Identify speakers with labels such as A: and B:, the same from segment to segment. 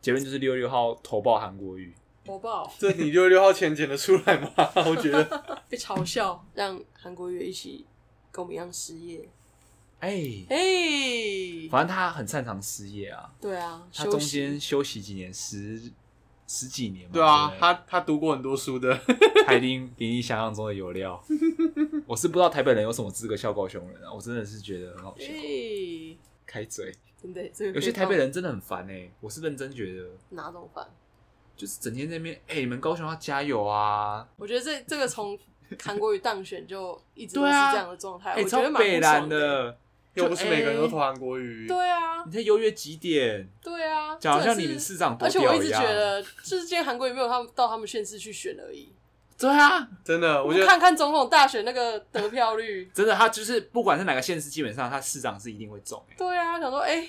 A: 结论就是六六号投报韩国瑜，
B: 火爆
C: 这你六六号前剪得出来吗？我觉得
B: 被嘲笑，
D: 让韩国瑜一起跟我们一样失业。
A: 哎、
D: 哎、
A: 反正他很擅长失业啊，
D: 对啊，
A: 他
D: 休
A: 中
D: 息
A: 间休息几年，十十几年嘛，
C: 对啊，
A: 不
C: 他他读过很多书的，
A: 他一定比你想象中的有 料。我是不知道台北人有什么资格笑高雄人啊，我真的是觉得很好
D: 哎、
A: 笑。开嘴，
D: 真的，这个
A: 有些
D: 可以
A: 台北
D: 放
A: 人真的很烦哎、我是认真觉得，
D: 哪种饭？
A: 就是整天在那边哎、你们高雄要加油啊！
D: 我觉得这这个从韩国瑜当选就一直都
C: 对
D: 是
C: 啊
D: 这样的状态，
A: 哎、
D: 我觉
A: 超
D: 得蛮
A: 北
D: 不
A: 蓝
D: 爽。
A: 的，
C: 又不是每个人都投
A: 哎
C: 韩国语。
D: 对啊，
A: 你在优越几点？
D: 对啊，
A: 讲好像
D: 真的
A: 你
D: 是
A: 们市长多
D: 而且我
A: 屌
D: 一直
A: 一
D: 觉
A: 样。，
D: 得，就是今天韩国瑜没有他们到他们县市去选而已。
C: 对啊，真的，我觉得
D: 看看总统大选那个得票率
A: 真的，他就是不管是哪个县市，基本上他市长是一定会中、欸。
D: 对啊，想说哎、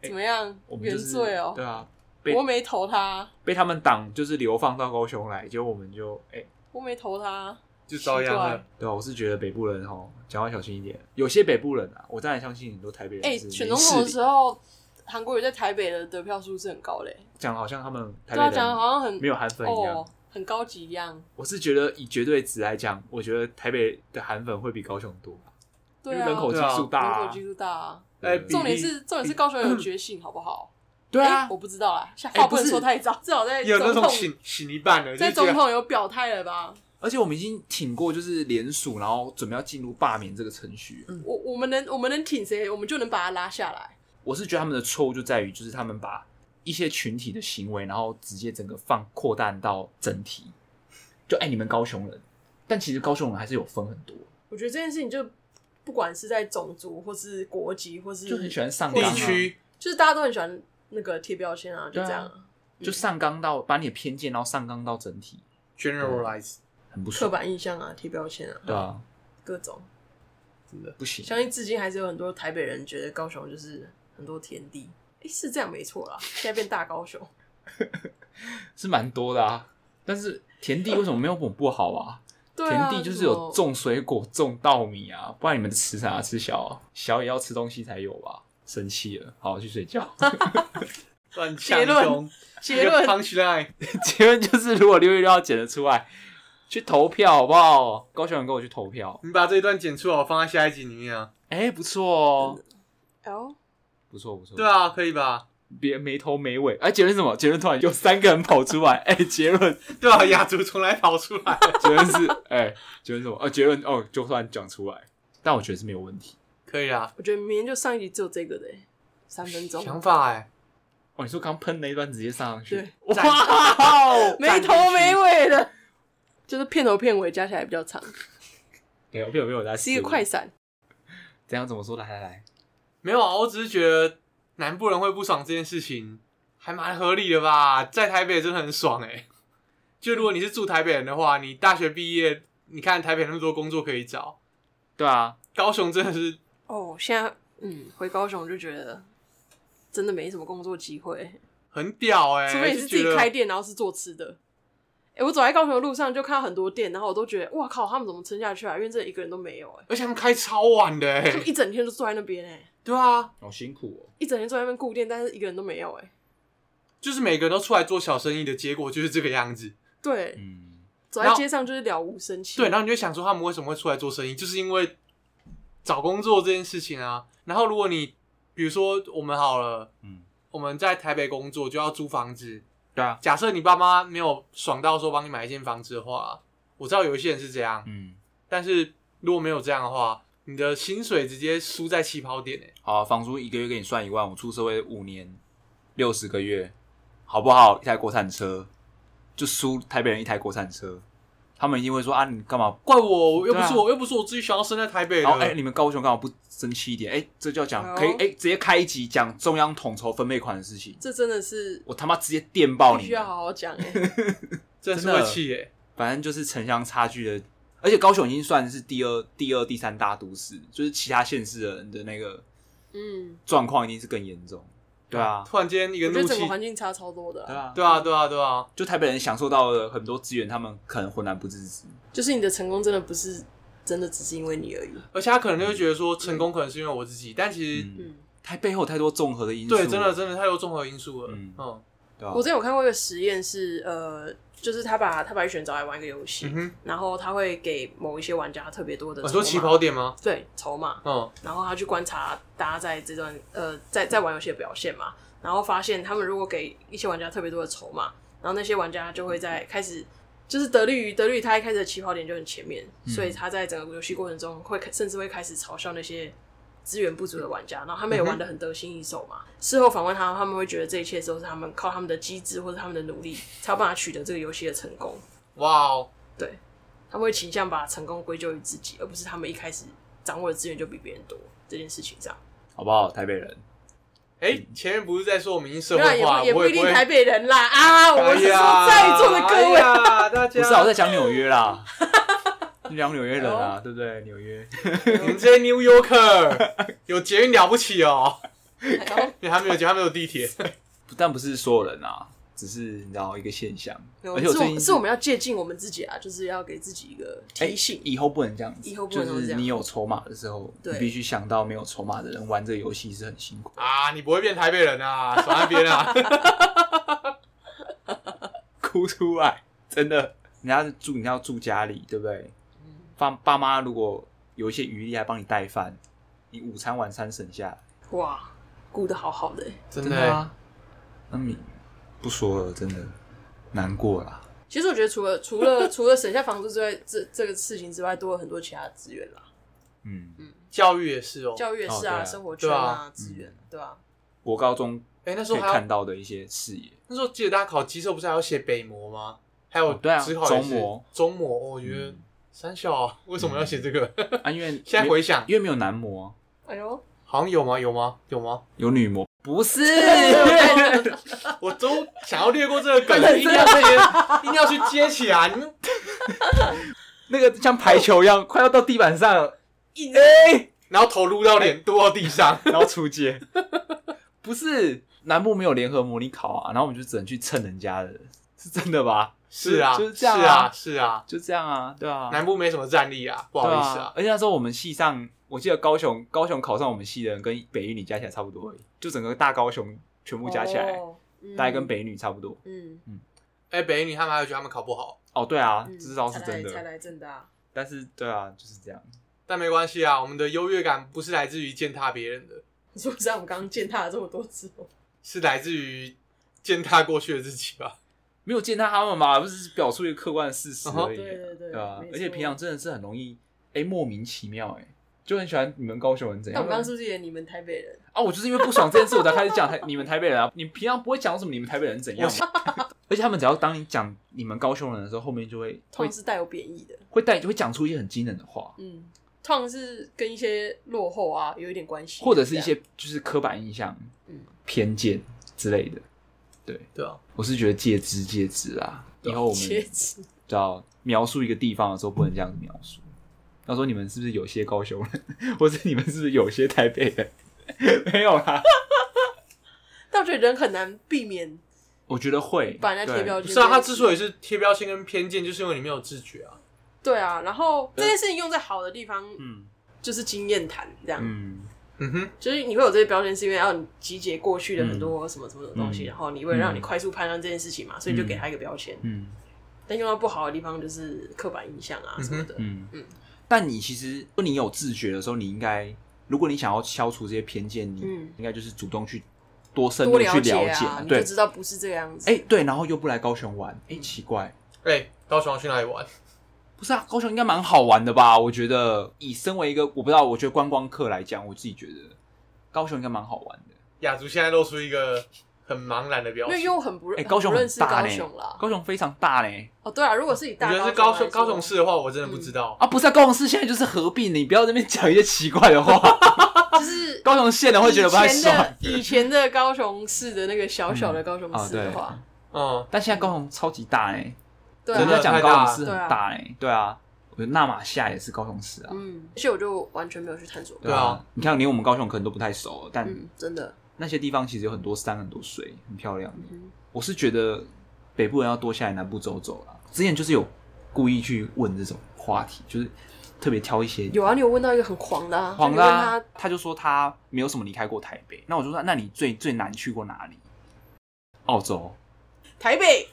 D: 怎么样
A: 我？们
D: 原
A: 就是
D: 罪哦、
A: 对啊，被
D: 我没投他，
A: 被他们党就是流放到高雄来，结果我们就哎、
D: 我没投他，啊
C: 就遭
D: 奇
C: 殃了
D: 怪。
A: 对啊，我是觉得北部人哦，讲话小心一点。有些北部人啊，我当然相信很多台北人
D: 哎、
A: 是
D: 选
A: 没
D: 总
A: 事
D: 统的
A: 理
D: 时候，韩国瑜在台北的得票数是很高嘞、
A: 讲得好像他们台
D: 对啊，
A: 北
D: 讲得
A: 人
D: 好像很
A: 没有韩粉一样。
D: 哦，很高级一样。
A: 我是觉得以绝对值来讲，我觉得台北的韩粉会比高雄多吧，因
D: 对
A: 为
D: 啊，
A: 人口基
C: 对啊
A: 数大、
D: 人口基数大啊。
C: 哎
A: 对
C: 比
D: 重点是重点是高雄有觉醒，好不好？
A: 对啊
D: 哎我，不知道啦，下
A: 哎
D: 话
A: 不
D: 不
A: 是
D: 能说太早，至 少在
C: 有那
D: 总
C: 种
D: 统
C: 醒醒一半了，就
D: 在
C: 是觉
D: 总
C: 得
D: 统有表态了吧？
A: 而且我们已经挺过就是联署，然后准备要进入罢免这个程序。
D: 我我们能我们能挺谁，我们就能把他拉下来。
A: 我是觉得他们的错误就在于，就是他们把一些群体的行为，然后直接整个放扩大到整体。就哎、你们高雄人，但其实高雄人还是有分很多，
D: 我觉得这件事情就不管是在种族或是国籍或是
A: 就很喜欢上纲、
C: 地
A: 啊，
C: 区
D: 就是大家都很喜欢那个贴标签啊，就这样、
A: 对就上纲到把你的偏见，然后上纲到整体，
C: generalize
A: 很不
D: 刻
A: 爽，
D: 板印象啊，贴标签啊，
A: 对啊，
D: 各种。
C: 真的
A: 不行。
D: 相信至今还是有很多台北人觉得高雄就是很多田地，哎、是这样没错啦，现在变大高雄。
A: 是蛮多的啊。但是田地为什么没有我不好啊？
D: 对
A: 田
D: 啊，
A: 地就是
D: 什
A: 有
D: 么
A: 种水果、种稻米啊，不然你们吃啥？吃小啊？小也要吃东西才有吧？生气了，好去睡觉。
C: 乱呛
D: 结
C: 一
D: 论
C: 通
D: 结 论
C: punch line，
A: 结论就是，如果六月六号剪得出来，去投票好不好？高雄人跟我去投票，
C: 你把这一段剪出来，我放在下一集里面啊。
A: 哎、不错哦，
D: 哦，
A: 不错不错。
C: 对，啊，可以吧？
A: 别没头没尾。哎、结论是什么？结论突然有三个人跑出来。哎、结论
C: 对啊，雅竹从来跑出来，
A: 结论是哎、结论是什么？哦，结论哦，就突然讲出来，但我觉得是没有问题。
C: 可以啦。
D: 我觉得明天就上一集只有这个的、欸，三分钟，
C: 想法哎，
A: 哦，你说刚喷那一段直接上上去，
D: 对
A: 哇哦，
D: 没头没尾的，就是片头片尾加起来比较长，
A: 没有没有没有，来
D: 是一个快闪。
A: 怎样怎么说？来来来，
C: 没有啊，我只是觉得南部人会不爽这件事情还蛮合理的吧，在台北真的很爽哎。就如果你是住台北人的话，你大学毕业，你看台北那么多工作可以找，
A: 对啊，
C: 高雄真的是
D: 哦，现在嗯，回高雄就觉得真的没什么工作机会，
C: 很屌哎、
D: 除非你是自
C: 就觉
D: 己
C: 得
D: 开店，然后是做吃的。哎、我走在高雄的路上就看到很多店，然后我都觉得哇靠，他们怎么撑下去啊？因为这一个人都没有哎、
C: 而且他们开超晚的、
D: 他们
C: 欸，
D: 一整天都坐在那边哎、
C: 对啊，
A: 好辛苦哦。
D: 一整天坐在那边顾店，但是一个人都没有哎、
C: 就是每个人都出来做小生意的结果就是这个样子。
D: 对，
A: 嗯，
D: 走
C: 然
D: 在
C: 后
D: 街上就是了无生气。
C: 对，然后你就想说他们为什么会出来做生意，就是因为找工作这件事情啊。然后如果你比如说我们好了，
A: 嗯，
C: 我们在台北工作就要租房子，
A: 对啊，
C: 假设你爸妈没有爽到说帮你买一间房子的话，我知道有一些人是这样，
A: 嗯，
C: 但是如果没有这样的话，你的薪水直接输在起跑点诶、欸
A: 好、房租一个月给你算一万，我出社会五年六十个月，好不好？一台国产车就输台北人一台国产车，他们一定会说啊，你干嘛？
C: 怪我，又不是
A: 对啊
C: 我，又不是我自己想要生在台北的。
A: 然后哎、你们高雄干嘛不争气一点？哎、这就要讲
D: 哦
A: 可以哎、直接开一集讲中央统筹分配款的事情，
D: 这真的是
A: 我他妈直接电爆
D: 必
A: 你
D: 须要
A: 们！
D: 好好讲哎、
C: 真是
A: 真的
C: 会气欸耶、
A: 反正就是城乡差距的，而且高雄已经算是第二、第二、第三大都市，就是其他县市的人的那个
D: 嗯，
A: 状况一定是更严重。对啊，
C: 突然间一个
D: 我觉
C: 怒
D: 得整
C: 气
D: 个，环境差超多的
A: 对
D: 啊、
A: 啊，
C: 对啊，对啊，对啊，
A: 就台北人享受到了很多资源，他们可能浑然不自知。
D: 就是你的成功真的不是真的只是因为你而已。
C: 而且他可能就会觉得说成功可能是因为我自己，但其实
A: 嗯，
D: 嗯，
A: 台背后有太多综合的因素，啊
C: 对，真的真的太多综合因素了。
A: 嗯
C: 嗯，
A: 对吧
D: 我？之前有看过一个实验是，呃，就是他把他把一群人找来玩一个游戏，
C: 嗯哼，哦
D: 然后他会给某一些玩家特别多的
C: 很多
D: 筹码
C: 起跑点吗？
D: 对筹码，
C: 嗯，
D: 然后他去观察大家在这段呃在在玩游戏的表现嘛，然后发现他们如果给一些玩家特别多的筹码，然后那些玩家就会在开始就是得力于得力于他一开始的起跑点就很前面，
A: 嗯
D: 所以他在整个游戏过程中会甚至会开始嘲笑那些资源不足的玩家，然后他们也玩的很得心应手嘛。事后访问他，他们会觉得这一切都是他们靠他们的机智或者他们的努力才有办法取得这个游戏的成功。
C: 哇哦，
D: 对，他们会倾向把成功归咎于自己，而不是他们一开始掌握的资源就比别人多这件事情上。
A: 好不好？台北人，
C: 哎，
A: 嗯
C: 前面不是在说我们已经社
D: 没有啦
C: 会
D: 也
C: 化，
D: 不也
C: 我
D: 不一
C: 不
D: 定
C: 会
D: 台北人啦啊！我
C: 哎
D: 们是
C: 呀
D: 说在座的各位，
C: 哎呀大家
A: 不是啊，我在讲纽约啦， 你讲纽约人
D: 哦
A: 啊，对不对？纽约，
C: 你们这些 New Yorker 有捷运了不起哦，
D: 然后
C: 因为他们有捷，他们有地 铁，
A: 但不是所有人啊，只是你知道一个现象。而且
D: 是
A: 最
D: 我
A: 近
D: 是我们要借鉴我们自己啊，就是要给自己一个
A: 哎
D: 提醒。
A: 以后不能这样子，
D: 以后不能
A: 就
D: 这
A: 是
D: 样
A: 你有筹码的时候，你
D: 对
A: 必须想到没有筹码的人玩这个游戏是很辛苦。
C: 啊，你不会变台北人啊，耍那边啊，
A: 哭出来，真的。人家住，你要住家里，对不对？爸爸妈如果有一些余力，还帮你带饭，你午餐晚餐省下来，
D: 哇，顾的好好的欸，
C: 真
A: 真的啊。那你不说了，真的难过啦。
D: 其实我觉得除了 除了除了省下房租之外，这这个事情之外，多了很多其他的资源啦，
A: 嗯，
C: 教育也是哦。
D: 教育也
A: 哦
D: 是啊，
A: 对啊嗯
D: 生活圈啊，资源对吧？
A: 我高中
C: 哎，那时
A: 可以
C: 候还
A: 看
C: 要，
A: 到的一些视野，
C: 那时候记得大家考机测不是还要写北模吗？还有
A: 哦对啊
C: 只考也是
A: 中模，
C: 中模，哦我觉得
A: 嗯
C: 三小啊为什么要写这个？
A: 啊，因为
C: 现在回想，
A: 因为没有男模啊，
D: 哎呦，
C: 好像有吗？有吗？有吗？
A: 有女模，不是
C: 我都想要略过这 个梗，一定要这些，一定要去接起来。你们
A: 那个像排球一样，快要到地板上了，
D: 一
A: 哎，
C: 然后头撸到脸，撸到地上。
A: 然后出街， 不是南部没有联合模拟考啊，然后我们就只能去蹭人家的，是真的吧？
C: 是啊，
A: 就是这样
C: 是
A: 啊
C: 啊，是啊。
A: 就这样啊，对啊，
C: 南部没什么战力啊，
A: 不
C: 不好意思啊。
A: 而且那时候我们系上，我记得高雄高雄考上我们系的人跟北一女加起来差不多而已，就整个大高雄全部加起来，
D: 哦嗯
A: 大概跟北一女差不多。
D: 嗯，
C: 哎，北一女他们还有觉得他们考不好，
A: 哦，对啊，
D: 嗯
A: 这招是
D: 才
A: 真
D: 来才
A: 的，
D: 来正 大，
A: 但是对啊，就是这样。
C: 但没关系啊，我们的优越感不是来自于践踏别人的，
D: 你说啊像我们刚刚践踏了这么多之
A: 啊
D: 后，
C: 是来自于践踏过去的自己吧。
A: 没有践踏他们嘛，不是表述一个客观的事实而已、
D: 嗯哼对对对
A: 啊
D: 没！错
A: 而且平常真的是很容易，哎、莫名其妙、哎，就很喜欢你们高雄人怎
D: 那
A: 样。
D: 我们刚刚是不是也你们台北人？
A: 啊，我就是因为不爽这件事，我才开始讲台 你们台北人啊。你平常不会讲什么你们台北人怎 样嘛，而且他们只要当你讲你们高雄人的时候，后面就会
D: 通
A: 会
D: 常是带有贬义的，
A: 会带会讲出一些很惊人的话，
D: 嗯，通常是跟一些落后啊有一点关系，
A: 或者是一
D: 这样
A: 些就是刻板印象、
D: 嗯
A: 偏见之类的。 对，
C: 对啊，
A: 我是觉得戒之戒之啦。
D: 哦
A: 以后我们
D: 切齿
A: 知道描述一个地方的时候，不能这样子描述。要说你们是不是有些高雄人，或是你们是不是有些台北人？ 没有啦，
D: 但我觉得人很难避免
A: 我觉得会
D: 把人家贴
A: 对
D: 标
C: 不
D: 签。
C: 是啊，他之所以是贴标签跟偏见，就是因为你没有自觉啊。
D: 对啊，然后这件事情用在好的地方，
A: 嗯
D: 就是经验谈这样，
A: 嗯，
C: 嗯哼，
D: 就是你会有这些标签，是因为要你集结过去的很多什么什么的东西，
A: 嗯
D: 然后你为了让你快速判断这件事情嘛，所以就给他一个标签。
A: 嗯
D: 但用到不好的地方，就是刻板印象啊什么的。
A: 嗯
D: 嗯，
A: 但你其实，如果你有自觉的时候，你应该，如果你想要消除这些偏见，你
D: 嗯
A: 应该就是主动去多深入
D: 多
A: 去了
D: 解
A: 解
D: 啊，你就
A: 对，
D: 知道不是这个样子。
A: 哎、对，然后又不来高雄玩，哎、奇怪，
C: 哎，高雄要去哪里玩？
A: 不是啊，高雄应该蛮好玩的吧？我觉得，以身为一个我不知道，我觉得观光客来讲，我自己觉得高雄应该蛮好玩的。
C: 雅竹现在露出一个很茫然的表
D: 因
C: 情
D: 为。因为我很不认，
A: 哎、高雄
D: 很不
A: 很
D: 认识
A: 大
D: 高
A: 呢、
D: 雄啦。
A: 高雄非常大呢、
D: 哦，对啊，如果是以
C: 我
D: 大
C: 觉得是
D: 高
C: 高
D: 雄
C: 雄
D: 来
C: 高
D: 说
C: 雄市的话，我真的不知道。
A: 啊，不是啊，高雄市现在就是合并，你不要在那边讲一些奇怪的话。
D: 就是
A: 高雄县的会觉得不太
D: 以前
A: 爽啊
D: 的，以前的高雄市的那个小小的高雄市的话，
C: 嗯，
A: 但现在高雄超级大呢、
D: 对
A: 人家
D: 啊，
A: 讲高雄市
D: 对
A: 很
D: 啊
A: 大哎、对啊，我觉得纳马夏也是高雄市啊，
D: 嗯，而且我就完全没有去探索过，
A: 对
C: 对
A: 啊
C: 啊，
A: 你看连我们高雄可能都不太熟，但
D: 嗯，真的，
A: 那些地方其实有很多山、很多水，很漂亮。
D: 嗯
A: 我是觉得北部人要多下来南部走走啦。之前就是有故意去问这种话题，就是特别挑一些
D: 有啊，你有问到一个很狂的啊，
A: 黄
D: 就
A: 的
D: 你问
A: 啊、
D: 他
A: 他就说他没有什么离开过台北。那我就说，那你最最难去过哪里？澳洲，
D: 台北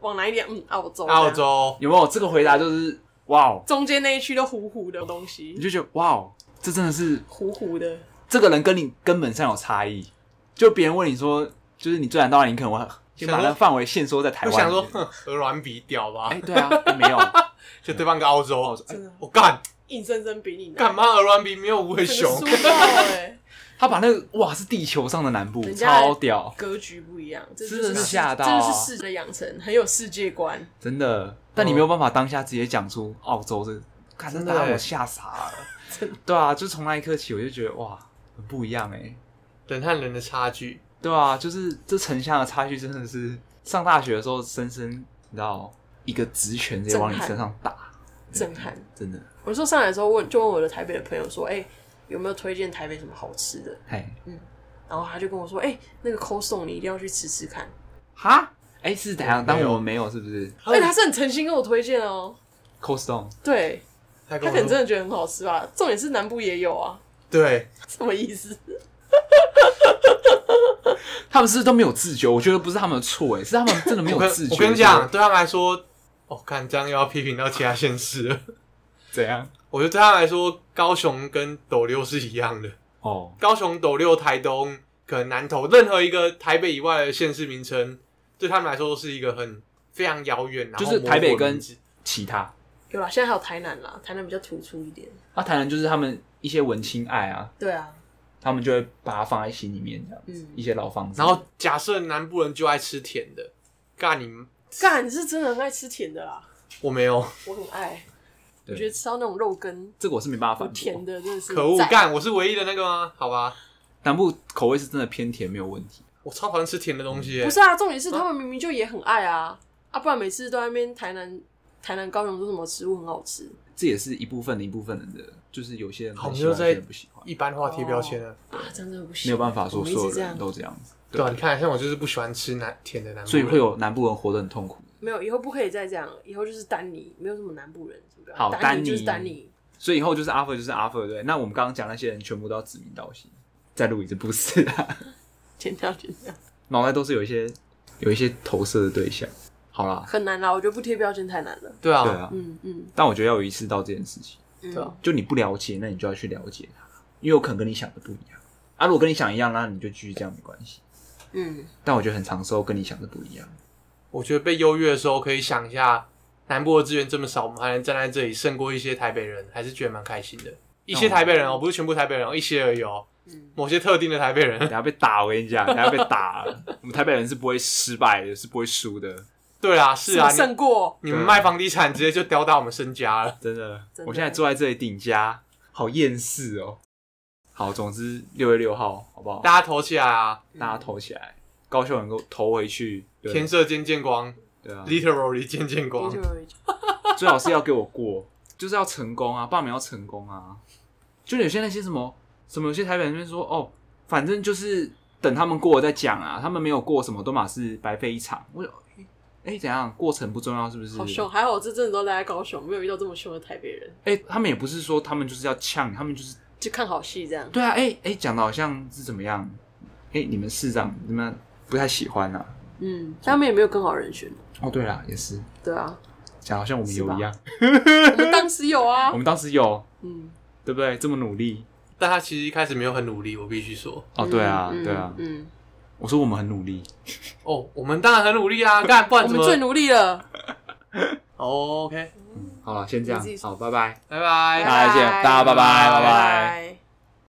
D: 往哪一点？嗯，澳
A: 啊
D: 洲。
C: 澳。洲，
A: 有没有这个回答就是哇哦，
D: 中间那一区都糊糊的东
A: 你
D: 西，
A: 就觉得哇哦，这真的是
D: 糊糊的。
A: 这个人跟你根本上有差异。就别人问你说，就是你最难到你可能会先把
C: 想
A: 那
C: 说
A: 范围限缩在台
C: 就
A: 湾。
C: 想说， 哼，鹅卵比屌吧
A: 哎、，哦对啊，哎没有，
C: 就对方个澳洲，哎
D: 真的
C: 我干
D: 硬生生比你难
C: 干？嘛鹅卵比没有无尾
D: 整
C: 熊
D: 个？输到哎，
A: 他把那个哇是地球上的南部，
D: 人家
A: 超屌，
D: 格局不一样，这
A: 真的
D: 就是
A: 吓到
D: 这
A: 啊
D: 就是世界的养成，很有世界观。
A: 真的。但你没有办法当下直接讲出澳洲这，看真
C: 哦真
A: 的
C: 的
A: 让
C: 欸
A: 我吓傻 了
D: 真。
A: 对啊，就从那一刻起，我就觉得哇，很不一样哎、
C: 人和人的差距，
A: 对啊，就是这城乡的差距真的是上大学的时候，深深你知道一个直拳直接往你
D: 震撼
A: 身上打，
D: 震撼
A: 真的。
D: 我说上来的时候问，就问我的台北的朋友说，哎、有没有推荐台北什么好吃的？
A: 嘿，
C: 嗯
D: 然后他就跟我说，哎、那个抠送你一定要去吃吃看。
A: 哈，哎、是怎样？
C: 我没有
A: 当我们没有是不是
D: 而哎且他是很诚心跟我推荐哦，
A: ？Cold Stone
D: 对
C: 他
D: 他
C: 跟
D: 可
C: 我
D: 能真
C: 说，
D: 的觉得很好吃吧。重点是南部也有啊，
C: 对，
D: 什么意思？
A: 他们是不是都没有自觉，我觉得不是他们的错，哎，是他们真的没有
C: 我跟
A: 自觉。
C: 我跟你讲，，对他们来说，我看这样又要批评到其他县市了。
A: 怎样？
C: 我觉得对他们来说，高雄跟斗六是一样的。
A: 哦，
C: 高雄、斗六、台东，可能南投，任何一个台北以外的县市名称，对他们来说都是一个很非常遥远，然后
A: 就是台北
C: 模糊的
A: 跟
C: 名字
A: 其他
D: 有啦，现在还有台南啦，台南比较突出一点。
A: 啊，台南就是他们一些文青爱啊，
D: 对啊，
A: 他们就会把它放在心里面，这样
D: 嗯
A: 一，些老房子。
C: 然后假设南部人就爱吃甜的，干你
D: 干你是真的很爱吃甜的啦，
C: 我没有，
D: 我很爱，
A: 对
D: 我觉得吃到那种肉羹
A: 这个我是没办法
D: 有
A: 反
D: 甜
A: 驳，
D: 的真的是
C: 哦可恶，
D: 赞
C: 干我是唯一的那个吗？好吧，
A: 南部口味是真的偏甜，没有问题。
C: 我超讨厌吃甜的东西耶、
D: 不是啊，重点是他们明明就也很爱啊，啊，不然每次都在那边台南、台南、高雄说什么食物很好吃，
A: 这也是一部分的一部分人的，就是有些人
C: 好
A: 很喜欢，有
C: 我们就
A: 些
C: 在
A: 人不喜欢，
C: 一般化贴标签啊。
D: 啊，这样真的不
A: 没
D: 行，
A: 有办法说
D: 我们一
A: 所有
D: 直这样
A: 人，都这样子，
C: 对啊，你看，像我就是不喜欢吃南甜的南部人，
A: 所以会有南部人活得很痛苦。
D: 没有以后不可以再这样，以后就是丹尼，没有什么南部人，什么的
A: 好
D: 丹就是
A: 丹
D: 丹
A: 尼
D: 尼，
A: 所以以后就是阿 r 就是阿 r 对不对？那我们刚刚讲那些人全部都要指名道姓，再录一次不是 啊，
D: 剪掉剪掉，
A: 脑袋都是有一些有一些投射的对象。好啦，
D: 很难啦，我觉得不贴标签太难了，
C: 对啊，
A: 对啊，
D: 嗯嗯
A: 但我觉得要有意识到这件事情，
C: 对啊
D: 嗯，
A: 就你不了解，那你就要去了解它，因为有可能跟你想的不一样。啊，如果跟你想一样，那你就继续这样没关系。
D: 嗯，
A: 但我觉得很长时候跟你想的不一样。
C: 我觉得被优越的时候，可以想一下，南部的资源这么少，我们还能站在这里胜过一些台北人，还是觉得蛮开心的。一些台北人哦，不是全部台北人哦，一些而已哦，
D: 嗯
C: 某些特定的台北
A: 等
C: 人。
A: 下被打，我跟你讲，等下被打了。我们台北人是不会失败的，是不会输的，
C: 对啊，是
D: 什么
C: 啊，你
D: 胜过
C: 你们卖房地产直接就吊打我们身家 了。
A: 真的。
D: 真的
A: 我现在坐在这里顶家，好厌世哦。好，总之六月六号，好不好？
C: 大家投起来啊！
A: 大家投起来，高雄能够投回去，对啊
C: 天色渐渐光
A: 对啊，
C: ，literally 渐渐光。
A: 最好是要给我过，就是要成功啊，罢免要成功啊。就有些那些什么什么，有些台北人那边说哦，反正就是等他们过了再讲啊，他们没有过什么都马是白费一场。我就哎、怎样过程不重要是不是？
D: 好凶，还好我这阵子都待在高雄，没有遇到这么凶的台北人，
A: 哎、他们也不是说他们就是要呛你，他们就是
D: 就看好戏这样，
A: 对啊，哎、哎，讲、的好像是怎么样？哎、你们市长你们不太喜欢啊？
D: 嗯，他们也没有更好人选，
A: 哦，对啦，也是
D: 对 啊，
A: 讲好像我们有一样，
D: 我们当时有啊
A: 我，们当时有
D: 嗯，
A: 对不对？这么努力
C: 但他其实一开始没有很努力，我必须说。
A: 哦，对啊，
D: 嗯
A: 对啊，
D: 嗯，
A: 我说我们很努力，
C: 哦，我们当然很努力啊，干
D: 嗯
C: 不然
D: 我
C: 怎
D: 们
C: 么、
D: 最努力了。
C: 哦、？OK，
A: 好了，先这样
D: 你自己，说
A: 好，拜拜。
C: 拜拜
A: 大家见大家拜拜拜拜